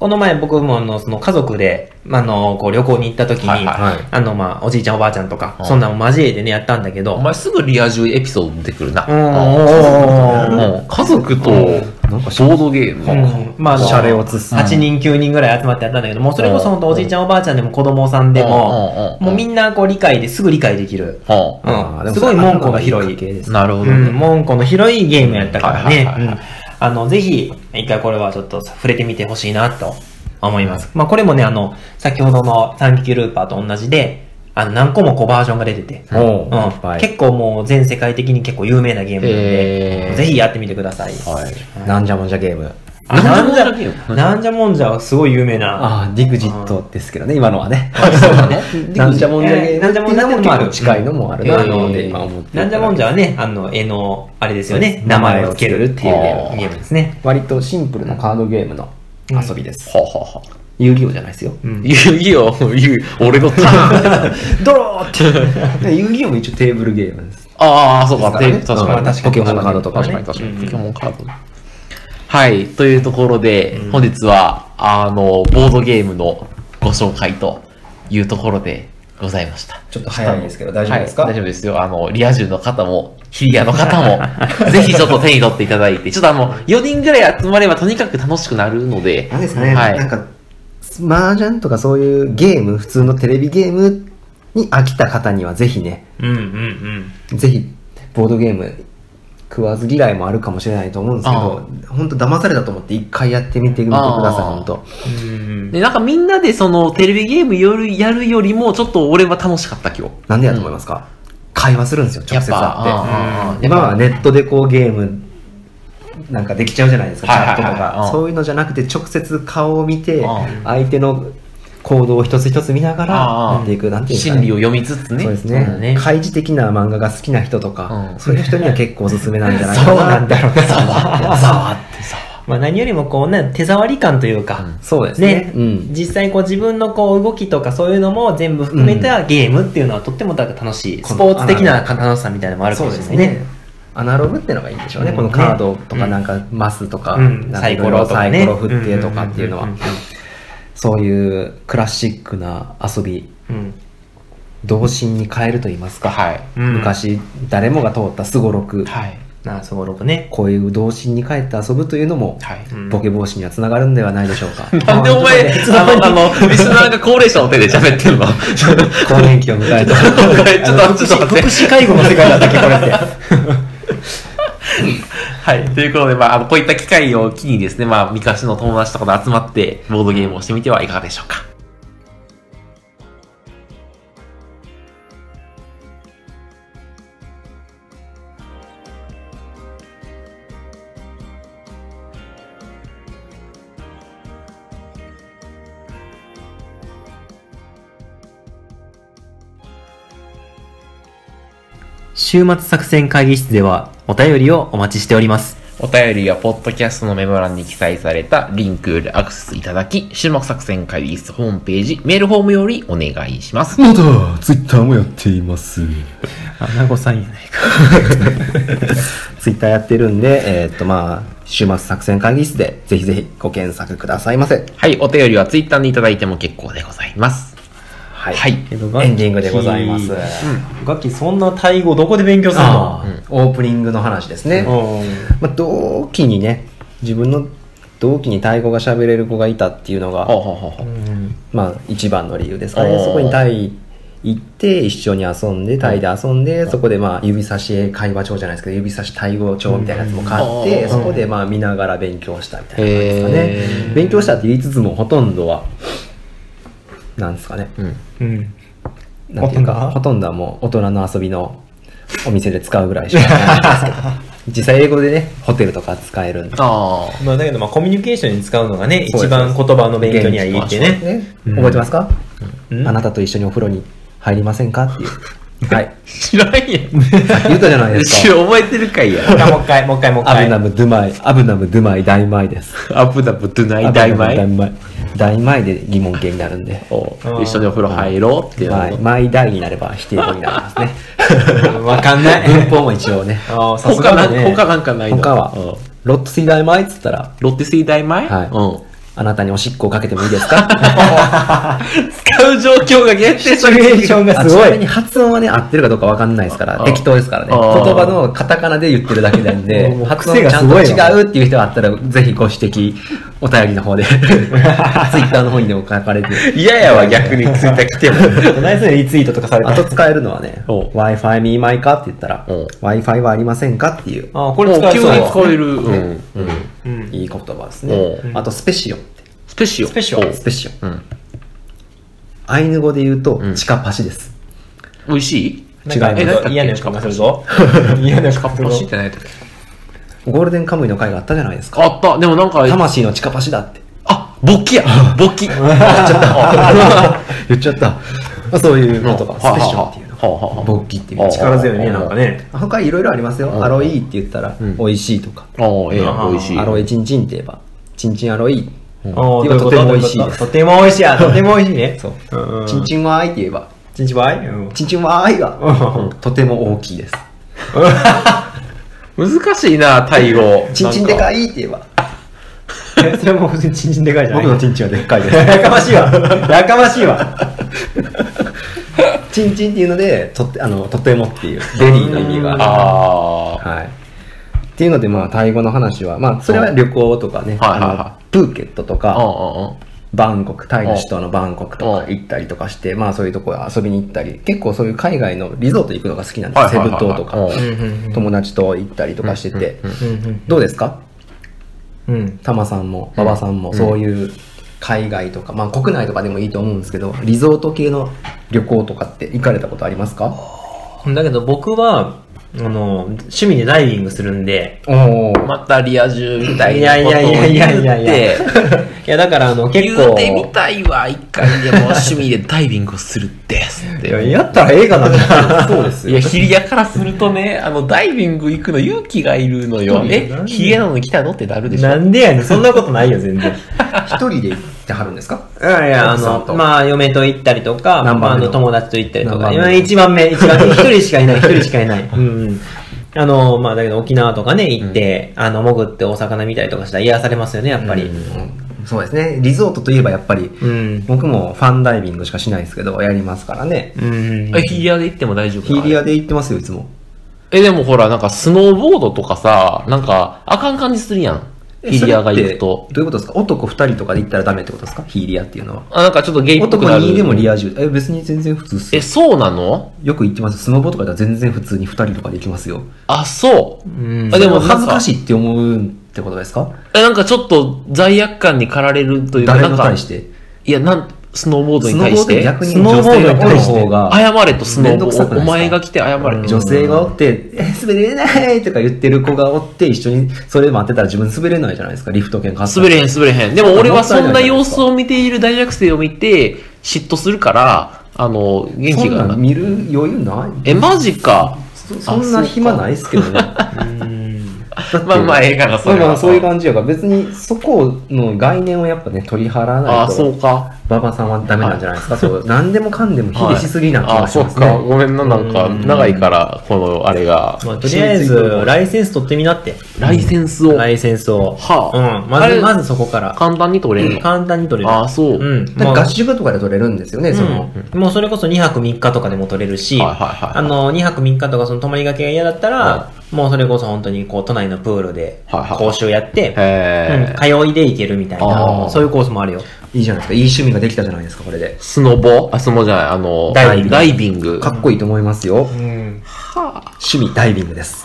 A: この前僕もあのその家族で、まああの、こう旅行に行った時に、
C: はいはい
B: はい。
A: あのまあおじいちゃんおばあちゃんとか、
C: うん
A: そんなの交えてね、やったんだけど、
C: お前すぐリア充エピソード出てくるな。
A: うん
C: うん
A: うん
C: うん家族とボードゲーム。
A: うんまああの
B: シャレをつす。
A: 8人9人ぐらい集まってやったんだけど、もうそれこそ本当おじいちゃんおばあちゃんでも子供さんでも、
C: うん、
A: もうみ
C: な。
A: んなこう理解ですぐ理解できる。
C: は
B: あー
A: う
B: で
A: ん、
B: も
A: すごい門戸が広い。
C: あなるほど
A: う
C: ね。
A: ん、門戸の広いゲームやったからね
C: はいはいはいはい
A: うん。あの、ぜひ、一回これはちょっと触れてみてほしいなと思います。まあ、これもね、あの、先ほどの三撃ルーパーと同じで、あの、何個もこうバージョンが出てて、
B: お
A: う
B: うんいっぱい
A: 結構もう全世界的に結構有名なゲームなんで、
C: へー
A: ぜひやってみてください。
C: はい。
B: なんじゃもんじゃゲーム。
A: あなんじゃ
C: なんじゃもんじゃゲー、ム
A: なんじゃもんじゃはすごい有名な。
B: ああ、ディグジットですけどね、今のはね。 なんじゃもんじゃゲーム。
A: なんじゃもんじゃっていうのもある
B: 結構近いのもあるな、ので、今思ってるから。
A: なんじゃもんじゃはね、あの、絵の、あれですよね、名
B: 名
A: 前
B: 前
A: を
B: を
A: 付
B: 付
A: け
B: け
A: る
B: る
A: っ
B: ってて
A: い
B: いうう
A: ゲ
B: ゲ
A: ー
B: ー
A: ム
B: ム
A: ですね。
B: 割とシンプルなカードゲームの遊びです。
C: ははは。
B: 遊戯王じゃないですよ。
C: 遊戯王、遊俺のターン。
B: ドローって遊戯王も一応テーブルゲームです。
C: ああ、そうか、
B: ですからね
C: 確か
B: う
C: に。
B: んポケモンカードとかね
C: 確かに確か
A: う
C: に。
A: ん
C: ポケモンカードね。はい、というところで、本日は、あの、ボードゲームのご紹介というところでございました。
B: ちょっと早いんですけど、大丈夫ですか
C: はい、大丈夫ですよ。あの、リア充の方も、ヒリアの 方も、ぜひちょっと手に取っていただいて、ちょっとあの、4人ぐらい集まればとにかく楽しくなるので、
B: なんですかね、
C: はい
B: なんか、麻雀とかそういうゲーム、普通のテレビゲームに飽きた方にはぜひね、
A: うんうんうん。
B: ぜひ、ボードゲーム、食わず嫌いもあるかもしれないと思うんですけど、本当騙されたと思って一回やってみてみてください、
C: あー
B: 本当。
A: うん
C: で、なんかみんなでその、テレビゲームよりやるよりも、ちょっと俺は楽しかった今日。
B: なんでやと思いますか、会話するんですよ、直接会って。
C: あ
B: 今はネットでこうゲーム、なんかできちゃうじゃないですか、チ
C: はいは
B: ャット
C: いはい
B: とか
C: う。ん
B: そういうのじゃなくて、直接顔を見て
C: うん、
B: 相手の行動を一つ一つ見ながら、
C: あー
B: やっていく、なんていうんですか
C: 心
B: ね
C: 理を読みつつね。
B: そうです
A: そうだね
B: ね開示的な漫画が好きな人とか、
C: うん
B: そういう人には結構おすすめなんじゃないかなそうなんだろう
C: ざわざわってさ。
A: まあ何よりもこうね、手触り感というか、
B: そうですね
A: ね、
B: うん、
A: 実際こう自分のこう動きとかそういうのも全部含めたゲームっていうのはとってもだから楽しい。スポーツ的な楽しさみたいなのもあるかもしれないね。
B: アナログってのがいいんでしょうね、
A: うん
B: このカードとかなんかマスとか,、
A: うん
B: な
A: サ
B: んか
A: イ
B: い
A: コ
B: ろい
A: ロ
B: ろ
A: とか
B: サ
A: ね
B: イコロ振ってとかっていうのは、
A: うんうんうん
B: そういうクラシックな遊び
A: うん。
B: 童心に変えると言いますか、
C: はい。
A: うん
B: 昔誰もが通ったすごろく
C: はい。
A: なあ、すごろくね。
B: こういう童心に帰って遊ぶというのも、
C: はい。
A: うん
B: ボケ防止にはつながるんではないでしょうか
C: なんでお 前、あの、あの、リスナーが高齢者の手で喋ってる のちょっと
B: 更年期を迎えた
C: 待って、ちょっと待って。
A: 福祉介護の世界だったっけ、これって。
C: はい。ということで、まあ、あの、こういった機会を機にですね、まあ、見かしの友達とかで集まって、ボードゲームをしてみてはいかがでしょうか。
A: 週末作戦会議室ではお便りをお待ちしております。
C: お便りは、ポッドキャストのメモ欄に記載されたリンクよりアクセスいただき、週末作戦会議室ホームページ、メールフォームよりお願いします。
D: まだ、ツイッターもやっています。
A: あ、なごさんやないか。
B: ツイッターやってるんで、えーっとまあ、週末作戦会議室でぜひぜひご検索くださいませ。
C: はい。お便りは、ツイッターにいただいても結構でございます。
B: はい。
C: はい。
A: エンデ
B: エンディングでございます。
A: ガキ、そんなタイ語どこで勉強するの
B: オープニングの話ですね。
A: う
B: まあ、同期にね、自分の同期にタイ語が喋れる子がいたっていうのが、
C: ほうほうほうほう。
A: ん。
B: まあ、一番の理由ですかね。
C: おー
B: そこにタイ行って、一緒に遊んで、タイで遊んで、そこでまあ、指差し会話帳じゃないですけど、指差しタイ語帳みたいなやつも買っ
C: う
B: て、
C: ん
B: そこでまあ、見ながら勉強したみたいな感じですか
C: へ
B: ね。勉強したって言いつつも、ほとんどは、なんですかね。
C: うん。
A: うん。
B: なんていうか、
A: ほ
B: ほとんどはもう大人の遊びのお店で使うぐらいしかないんですけど、実際英語でね、ホテルとか使えるんで。
C: ああ。
A: まあだけどまあコミュニケーションに使うのがね、
B: そうです
A: 一番言葉の勉強にはいいってね。
B: ね
A: うん
B: 覚えてますか、
A: うん
B: あなたと一緒にお風呂に入りませんかっていう。はい。
C: 知らんやん。
B: さっき言ったじゃないです
C: 知
B: か。
C: らん覚えてるかいや。
A: もう一回、もう一回、もう一
B: アブ
A: 回。
B: ナムドゥマイ、アブナムドゥマイ大米です。
C: アブダブトゥナ
B: ア
C: イ
B: ブナ
C: ダイ
B: ム
C: マイ。
B: 大米。大米で疑問形になるんで。
C: お
A: あー
C: 一緒にお風呂入ろうっていうの
B: マイ、マイ大になれば否定語になりますね。
A: わかんない。
B: 文法も一応ね。
A: ああ、さす
C: 他
A: が
C: な
A: だ
C: ん
A: ね。
C: 他なんかないの
B: 他
C: うん
B: は、ロットシー大米っつったら、
C: ロッテ水大米
B: はい
C: うん。
B: あなたにおしっこをかけてもいいですか
C: 使う状況が限定されてる。
A: ョン
B: あちなみに。発音はね、合ってるかどうかわかんないですか
C: あ
B: ら、
C: あ
B: 適当ですからね。
C: あ
B: 言
C: あ
B: 葉のカタカナで言ってるだけなんで
A: もう、
B: 発
A: 癖が
B: 音がちゃ
A: す
B: んと
A: ごいわ
B: 違うっていう人があったら、ぜひご指摘、お便りの方で、ツイッターの方にでも書かれて。
C: 嫌やわ、逆にツイッター来ても。
A: ナイスリツイートとかされた。
B: あと使えるのはね、
C: おう
B: Wi-Fi 見舞いかって言ったら、
C: うん
B: Wi-Fi はありませんかっていう、
A: ああ、これ
C: もう
A: 使え
C: 急
A: そう
C: に使える。うん。
A: うん。
B: いい言葉です
C: お
B: ね
C: う。
B: あと、スペシオンって。
C: スペシオ。
A: スペシオ
C: お
B: スペシオン。
C: うん。
B: アイヌ語で言うと
C: ん、
B: 近パシです。
C: 美味しい
A: なんか
B: 違います
A: えなんか嫌な予感がするぞ。 嫌な予
C: カ
A: 感
C: ッ
A: す
C: プ
A: る
C: 欲しい
A: ぞ
C: っ。てないとき。
B: ゴールデンカムイの回があったじゃないですか。
C: あった。でもなんか、
B: 魂の近パシだって。
C: あ、勃起や。勃 起。
B: 言っちゃった。まあ、そういう言葉、
C: うん
B: スペシャルっていうの。
C: はあはあはあ
B: 勃起っていう
C: はあ
B: の。
C: はあ
A: 力強いね、なんかね。
B: 他いろいろありますよ。アロイって言ったら、
C: ん
B: 美味しいとか。
C: おー、ええや
A: あ
C: ん、
A: ー
C: 美味しい。
B: アロイチンチンって言えば、チンチンアロイ。
A: おー
B: 今
A: どう
B: とて
A: う
B: も美
A: こ
B: 味しいです
A: とても美味しい。あ、とても美味しいね。
B: そう
A: うんうん。
B: チンチンワーイって言えば、
A: チンチバイうん。
B: チンチンワーイは、とても大きいです。
C: 難しいな、タイ語。
B: チンチンで
C: い。
B: かいって言えば、
A: え それも別にチンチンでかいじゃない
B: 僕のチンチンはでっか いです。
A: やかましいわ。やかましいわ。
B: チンチンっていうので、とって、あの、とてもっていう、ベリーの意味がある。
C: あー。
B: はい。っていうので、まあ、タイ語の話は、まあ、それは旅行とかね、
C: はいはいはい
B: あのプーケットとか、
C: うんうんうん。
B: バンコク、タイの首都のバンコクと
C: う
B: か
C: ん
B: 行ったりとかして、まあそういうところ遊びに行ったり、結構そういう海外のリゾート行くのが好きなんで
C: はい
B: す。
C: はい
B: セ
C: はい
B: ブ
C: はい
B: 島とか
C: う、ん
B: 友達と行ったりとかしてて、
A: うん
B: どうですか
A: うん。うん。
B: タマさんも、馬場さんも、そういう海外とか、まあ国内とかでもいいと思うんですけど、リゾート系の旅行とかって行かれたことありますか
A: だけど僕は、あの、趣味でダイビングするんで、
B: おー。
C: またリア充みたい
A: い
C: な
A: や
C: こ
A: い
C: とを
A: やいやいやいやい
C: 言っ
A: や
C: て、
A: いやだからあの結
C: 言
A: 構
C: う、てみたいわ、一回でも趣味でダイビングをするですっ
A: いや
C: て。
A: やったらええかなって。
B: そうです
C: い
B: よ
C: や、。ヒリヤからするとね、あの、ダイビング行くの勇気がいるのよ。
A: 一人
C: え
A: で、
C: ヒゲなのに来たのってなるでしょ。
A: なんでやねん、そんなことないよ、全然。
B: 一人で行ってはるんですか
A: いやいや、あ
B: 奥さん
A: の、
B: と
A: まあ、嫁と行ったりとか、
B: 何
A: まあ、
B: 番
A: あ
B: 目の
A: の、友達と行ったりとか、
B: 何番目の
A: 今一番目、一番目、一人しかいない、一人しかいない。うんうん。あの、まあ、だけど沖縄とかね、行って、あの、潜ってお魚見たりとかしたら癒されますよね、やっぱり。
B: うんそうですね。リゾートといえばやっぱり、
A: うん。
B: 僕もファンダイビングしかしないですけど、やりますからね。
A: うん。
C: え、ヒリヤで行っても大丈夫
B: ヒ
C: か
B: ーリアで行ってますよ、いつも。
C: え、でもほら、なんかスノーボードとかさ、なんか、あかん感じするやん。ヒリヤが行くと
B: それっ。てどういうことですか男二人とかで行ったらダメってことですかヒーリアっていうのは。
C: あ、なんかちょっとゲイっぽ
B: 男
C: くなる。
B: 2でもリア充。え、別に全然普通っす
C: え、
B: よ。
C: そうなの
B: よく行ってます。スノボとかだったら全然普通に二人とかで行きますよ。
C: あ、そう。
A: ん
C: あ
B: で
C: で
B: も
C: も
B: 恥ずか
C: い。
B: しいって思うってことですか
C: え、なんかちょっと罪悪感に駆られるというか、
B: 誰
C: なん
B: に
C: か
B: 対し、て。
C: いや、なん、スノーボード
B: ス
C: に
B: ノ
C: 対
B: ボ
C: し
B: って
C: て、
B: 逆に
A: スノーボ
B: 女
A: ード
B: 性
A: に
B: がお
A: 対
B: る
A: して
B: 方が、
C: 謝れとスノ
B: め
C: ー
B: んど
C: ボ
B: くさく
C: ー
B: ないです
C: ド。
B: か
C: お前が来て謝れ。
B: 女性がおって、え、滑れないとか言ってる子がおって、一緒にそれ待ってたら自分滑れないじゃないですか。リフト券買ったら
C: 滑れへん滑れへん。でも俺はそんな様子を見ている大学生を見て、嫉妬するから、あの、元
B: そ
C: 気
B: ん
C: が
B: な
C: なんい。
B: 見る余裕ない
C: え、マジか。
B: そそんな暇ないっすけどね。
C: まあまあ、ええかな、
B: まあ
C: れは
B: まあそういう感じやから別にそこの概念をやっぱね取り払わ
C: あ
B: ない
C: あ、そ
B: と
C: うか。
B: 馬場さんはダメなんじゃないですか、そう何でもかんでも卑下しすぎな気
C: あ
B: が
C: あ、
B: し
C: そ
B: ま
C: う
B: すね、
C: か。ごめんな、なんか、長いから、この、あれが。
A: まあ、とりあえず、ライセンス取ってみなって。
C: ライセンスを。
A: ライセンスを。
C: はあ
A: うん。ま
C: あれ
A: ず、まずそこから。
C: 簡単に取れるの。
A: 簡単に取れる。
C: ああ、そう。
A: う
C: はい
A: ん。
B: だ
A: も
B: か
A: う
B: ら合宿とかで取れるんですよね、その
A: うんもうそれこそ2泊3日とかでも取れるし、
C: はいはい。
A: あの、2泊3日とかその泊まりがけが嫌だったら、もうそれこそ本当にこう都内のプールで
C: はいはい
A: 講習やって、
C: へー
A: うん、通いで行けるみたい
C: あー
A: な、そういうコースもあるよ。
B: いいじゃないですか。いい趣味ができたじゃないですか、これで。
C: スノボあ、スノボじゃない、あの、
A: ダイビング
C: ダイビング。
B: かっこいいと思いますよ。
A: うん。
B: 趣味ダイビングです。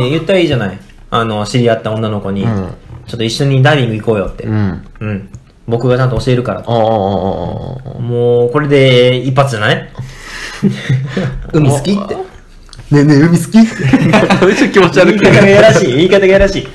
A: で、言ったらいいじゃない。あの、知り合った女の子に、
C: ん
A: ちょっと一緒にダイビング行こうよって。
C: うん。うん。
A: うん。僕がちゃんと教えるから。
C: ああ、ああ、ああ。
A: もう、これで一発じゃ ない
B: 海好きって。
D: ねえねえ、海好き
C: めっちゃ気持ち
A: 言
C: 悪
A: い
C: く
A: 方がやらしい。言い方がやらしい。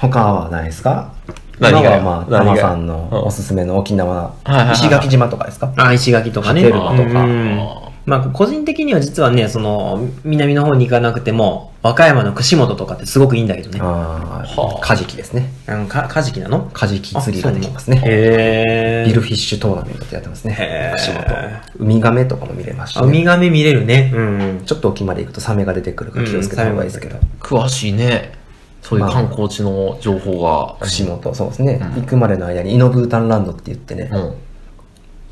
B: 他はないですか
C: 何が
B: 今はまあ、
C: 何
B: 玉
C: が
B: さんのおすすめの沖縄
C: いはいは、い
B: 石垣島とかですか
A: あ、石垣とかね。
B: ホテルとか
A: うんまあ、個人的には実はね、その、南の方に行かなくても、和歌山の串本とかってすごくいいんだけどね。
B: あ
C: は
B: あ
C: あ、
B: カジキですね。
A: あの、か、カジキなの
B: カジキ釣りができます
A: あそう
B: ね。
A: へー。
B: ビルフィッシュトーナメントってやってます
A: へ
B: ね
A: ー。
B: 串本。ウミガメとかも見れますし
A: あ、
B: ね、
A: ウミガメ見れるね。うん。
B: ちょっと沖まで行くとサメが出てくるから気をつけた方がいいですけど。
C: 詳しいね。そういう観光地の情報が。
B: 串本、そうですね。行くまでの間にイノブータンランドって言ってね、
C: うん。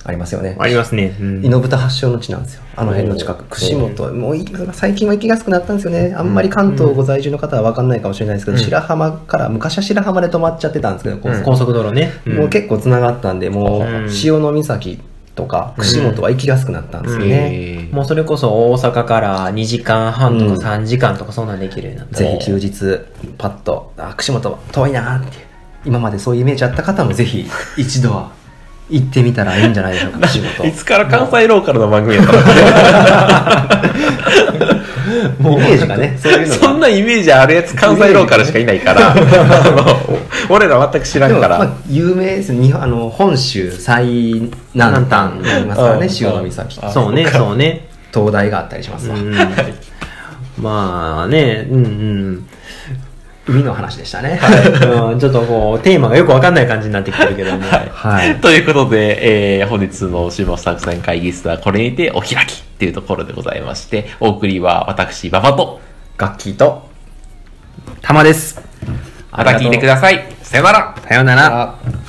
B: ありますよね。
A: ありますね。うん
B: イノブタ発祥の地なんですよ。あの辺の近く。串本、もうい最近は行きやすくなったんですよね。あんまり関東ご在住の方は分かんないかもしれないですけど、白浜から、昔は白浜で止まっちゃってたんですけど、高速
A: 高速道路ね。ん
B: もう結構繋がったんで、も
A: うん
B: う潮の岬とか串本は行きやすくなったんですよね。
C: へー
A: もうそれこそ大阪から2時間半と
B: うん
A: か3時間とかそんなんできるようになった。
B: ぜひ休日、パッと、あ、串本遠いなーっていう、今までそういうイメージあった方もぜひ一度 は行ってみたらいいんじゃないで しょうか、串本。
C: から関西ローカルの番組やったの
B: イメージがね、そういうのが
C: そんなイメージあるやつ関西ローカルしかいない から、あの俺ら全く知ら
B: で
C: ん
B: も
C: から。
B: まあ、有名ですよ日本あの本州最南端にありますから
C: う
B: ね
C: ん
B: 潮岬
C: あ
A: そう ね、そうね。
B: 灯台があったりします
A: う
B: わ、
A: ん。まあね、うんうん。
B: 海の話でしたね
A: うんちょっとこう、テーマがよくわかんない感じになってきてるけども。
B: はい
C: ということで、えー本日の週末作戦会議室はこれにてお開きっていうところでございまして、お送りは私、馬場と、
B: 楽器と玉です
C: また聞いてください。さよなら。
A: さようなら。
B: あ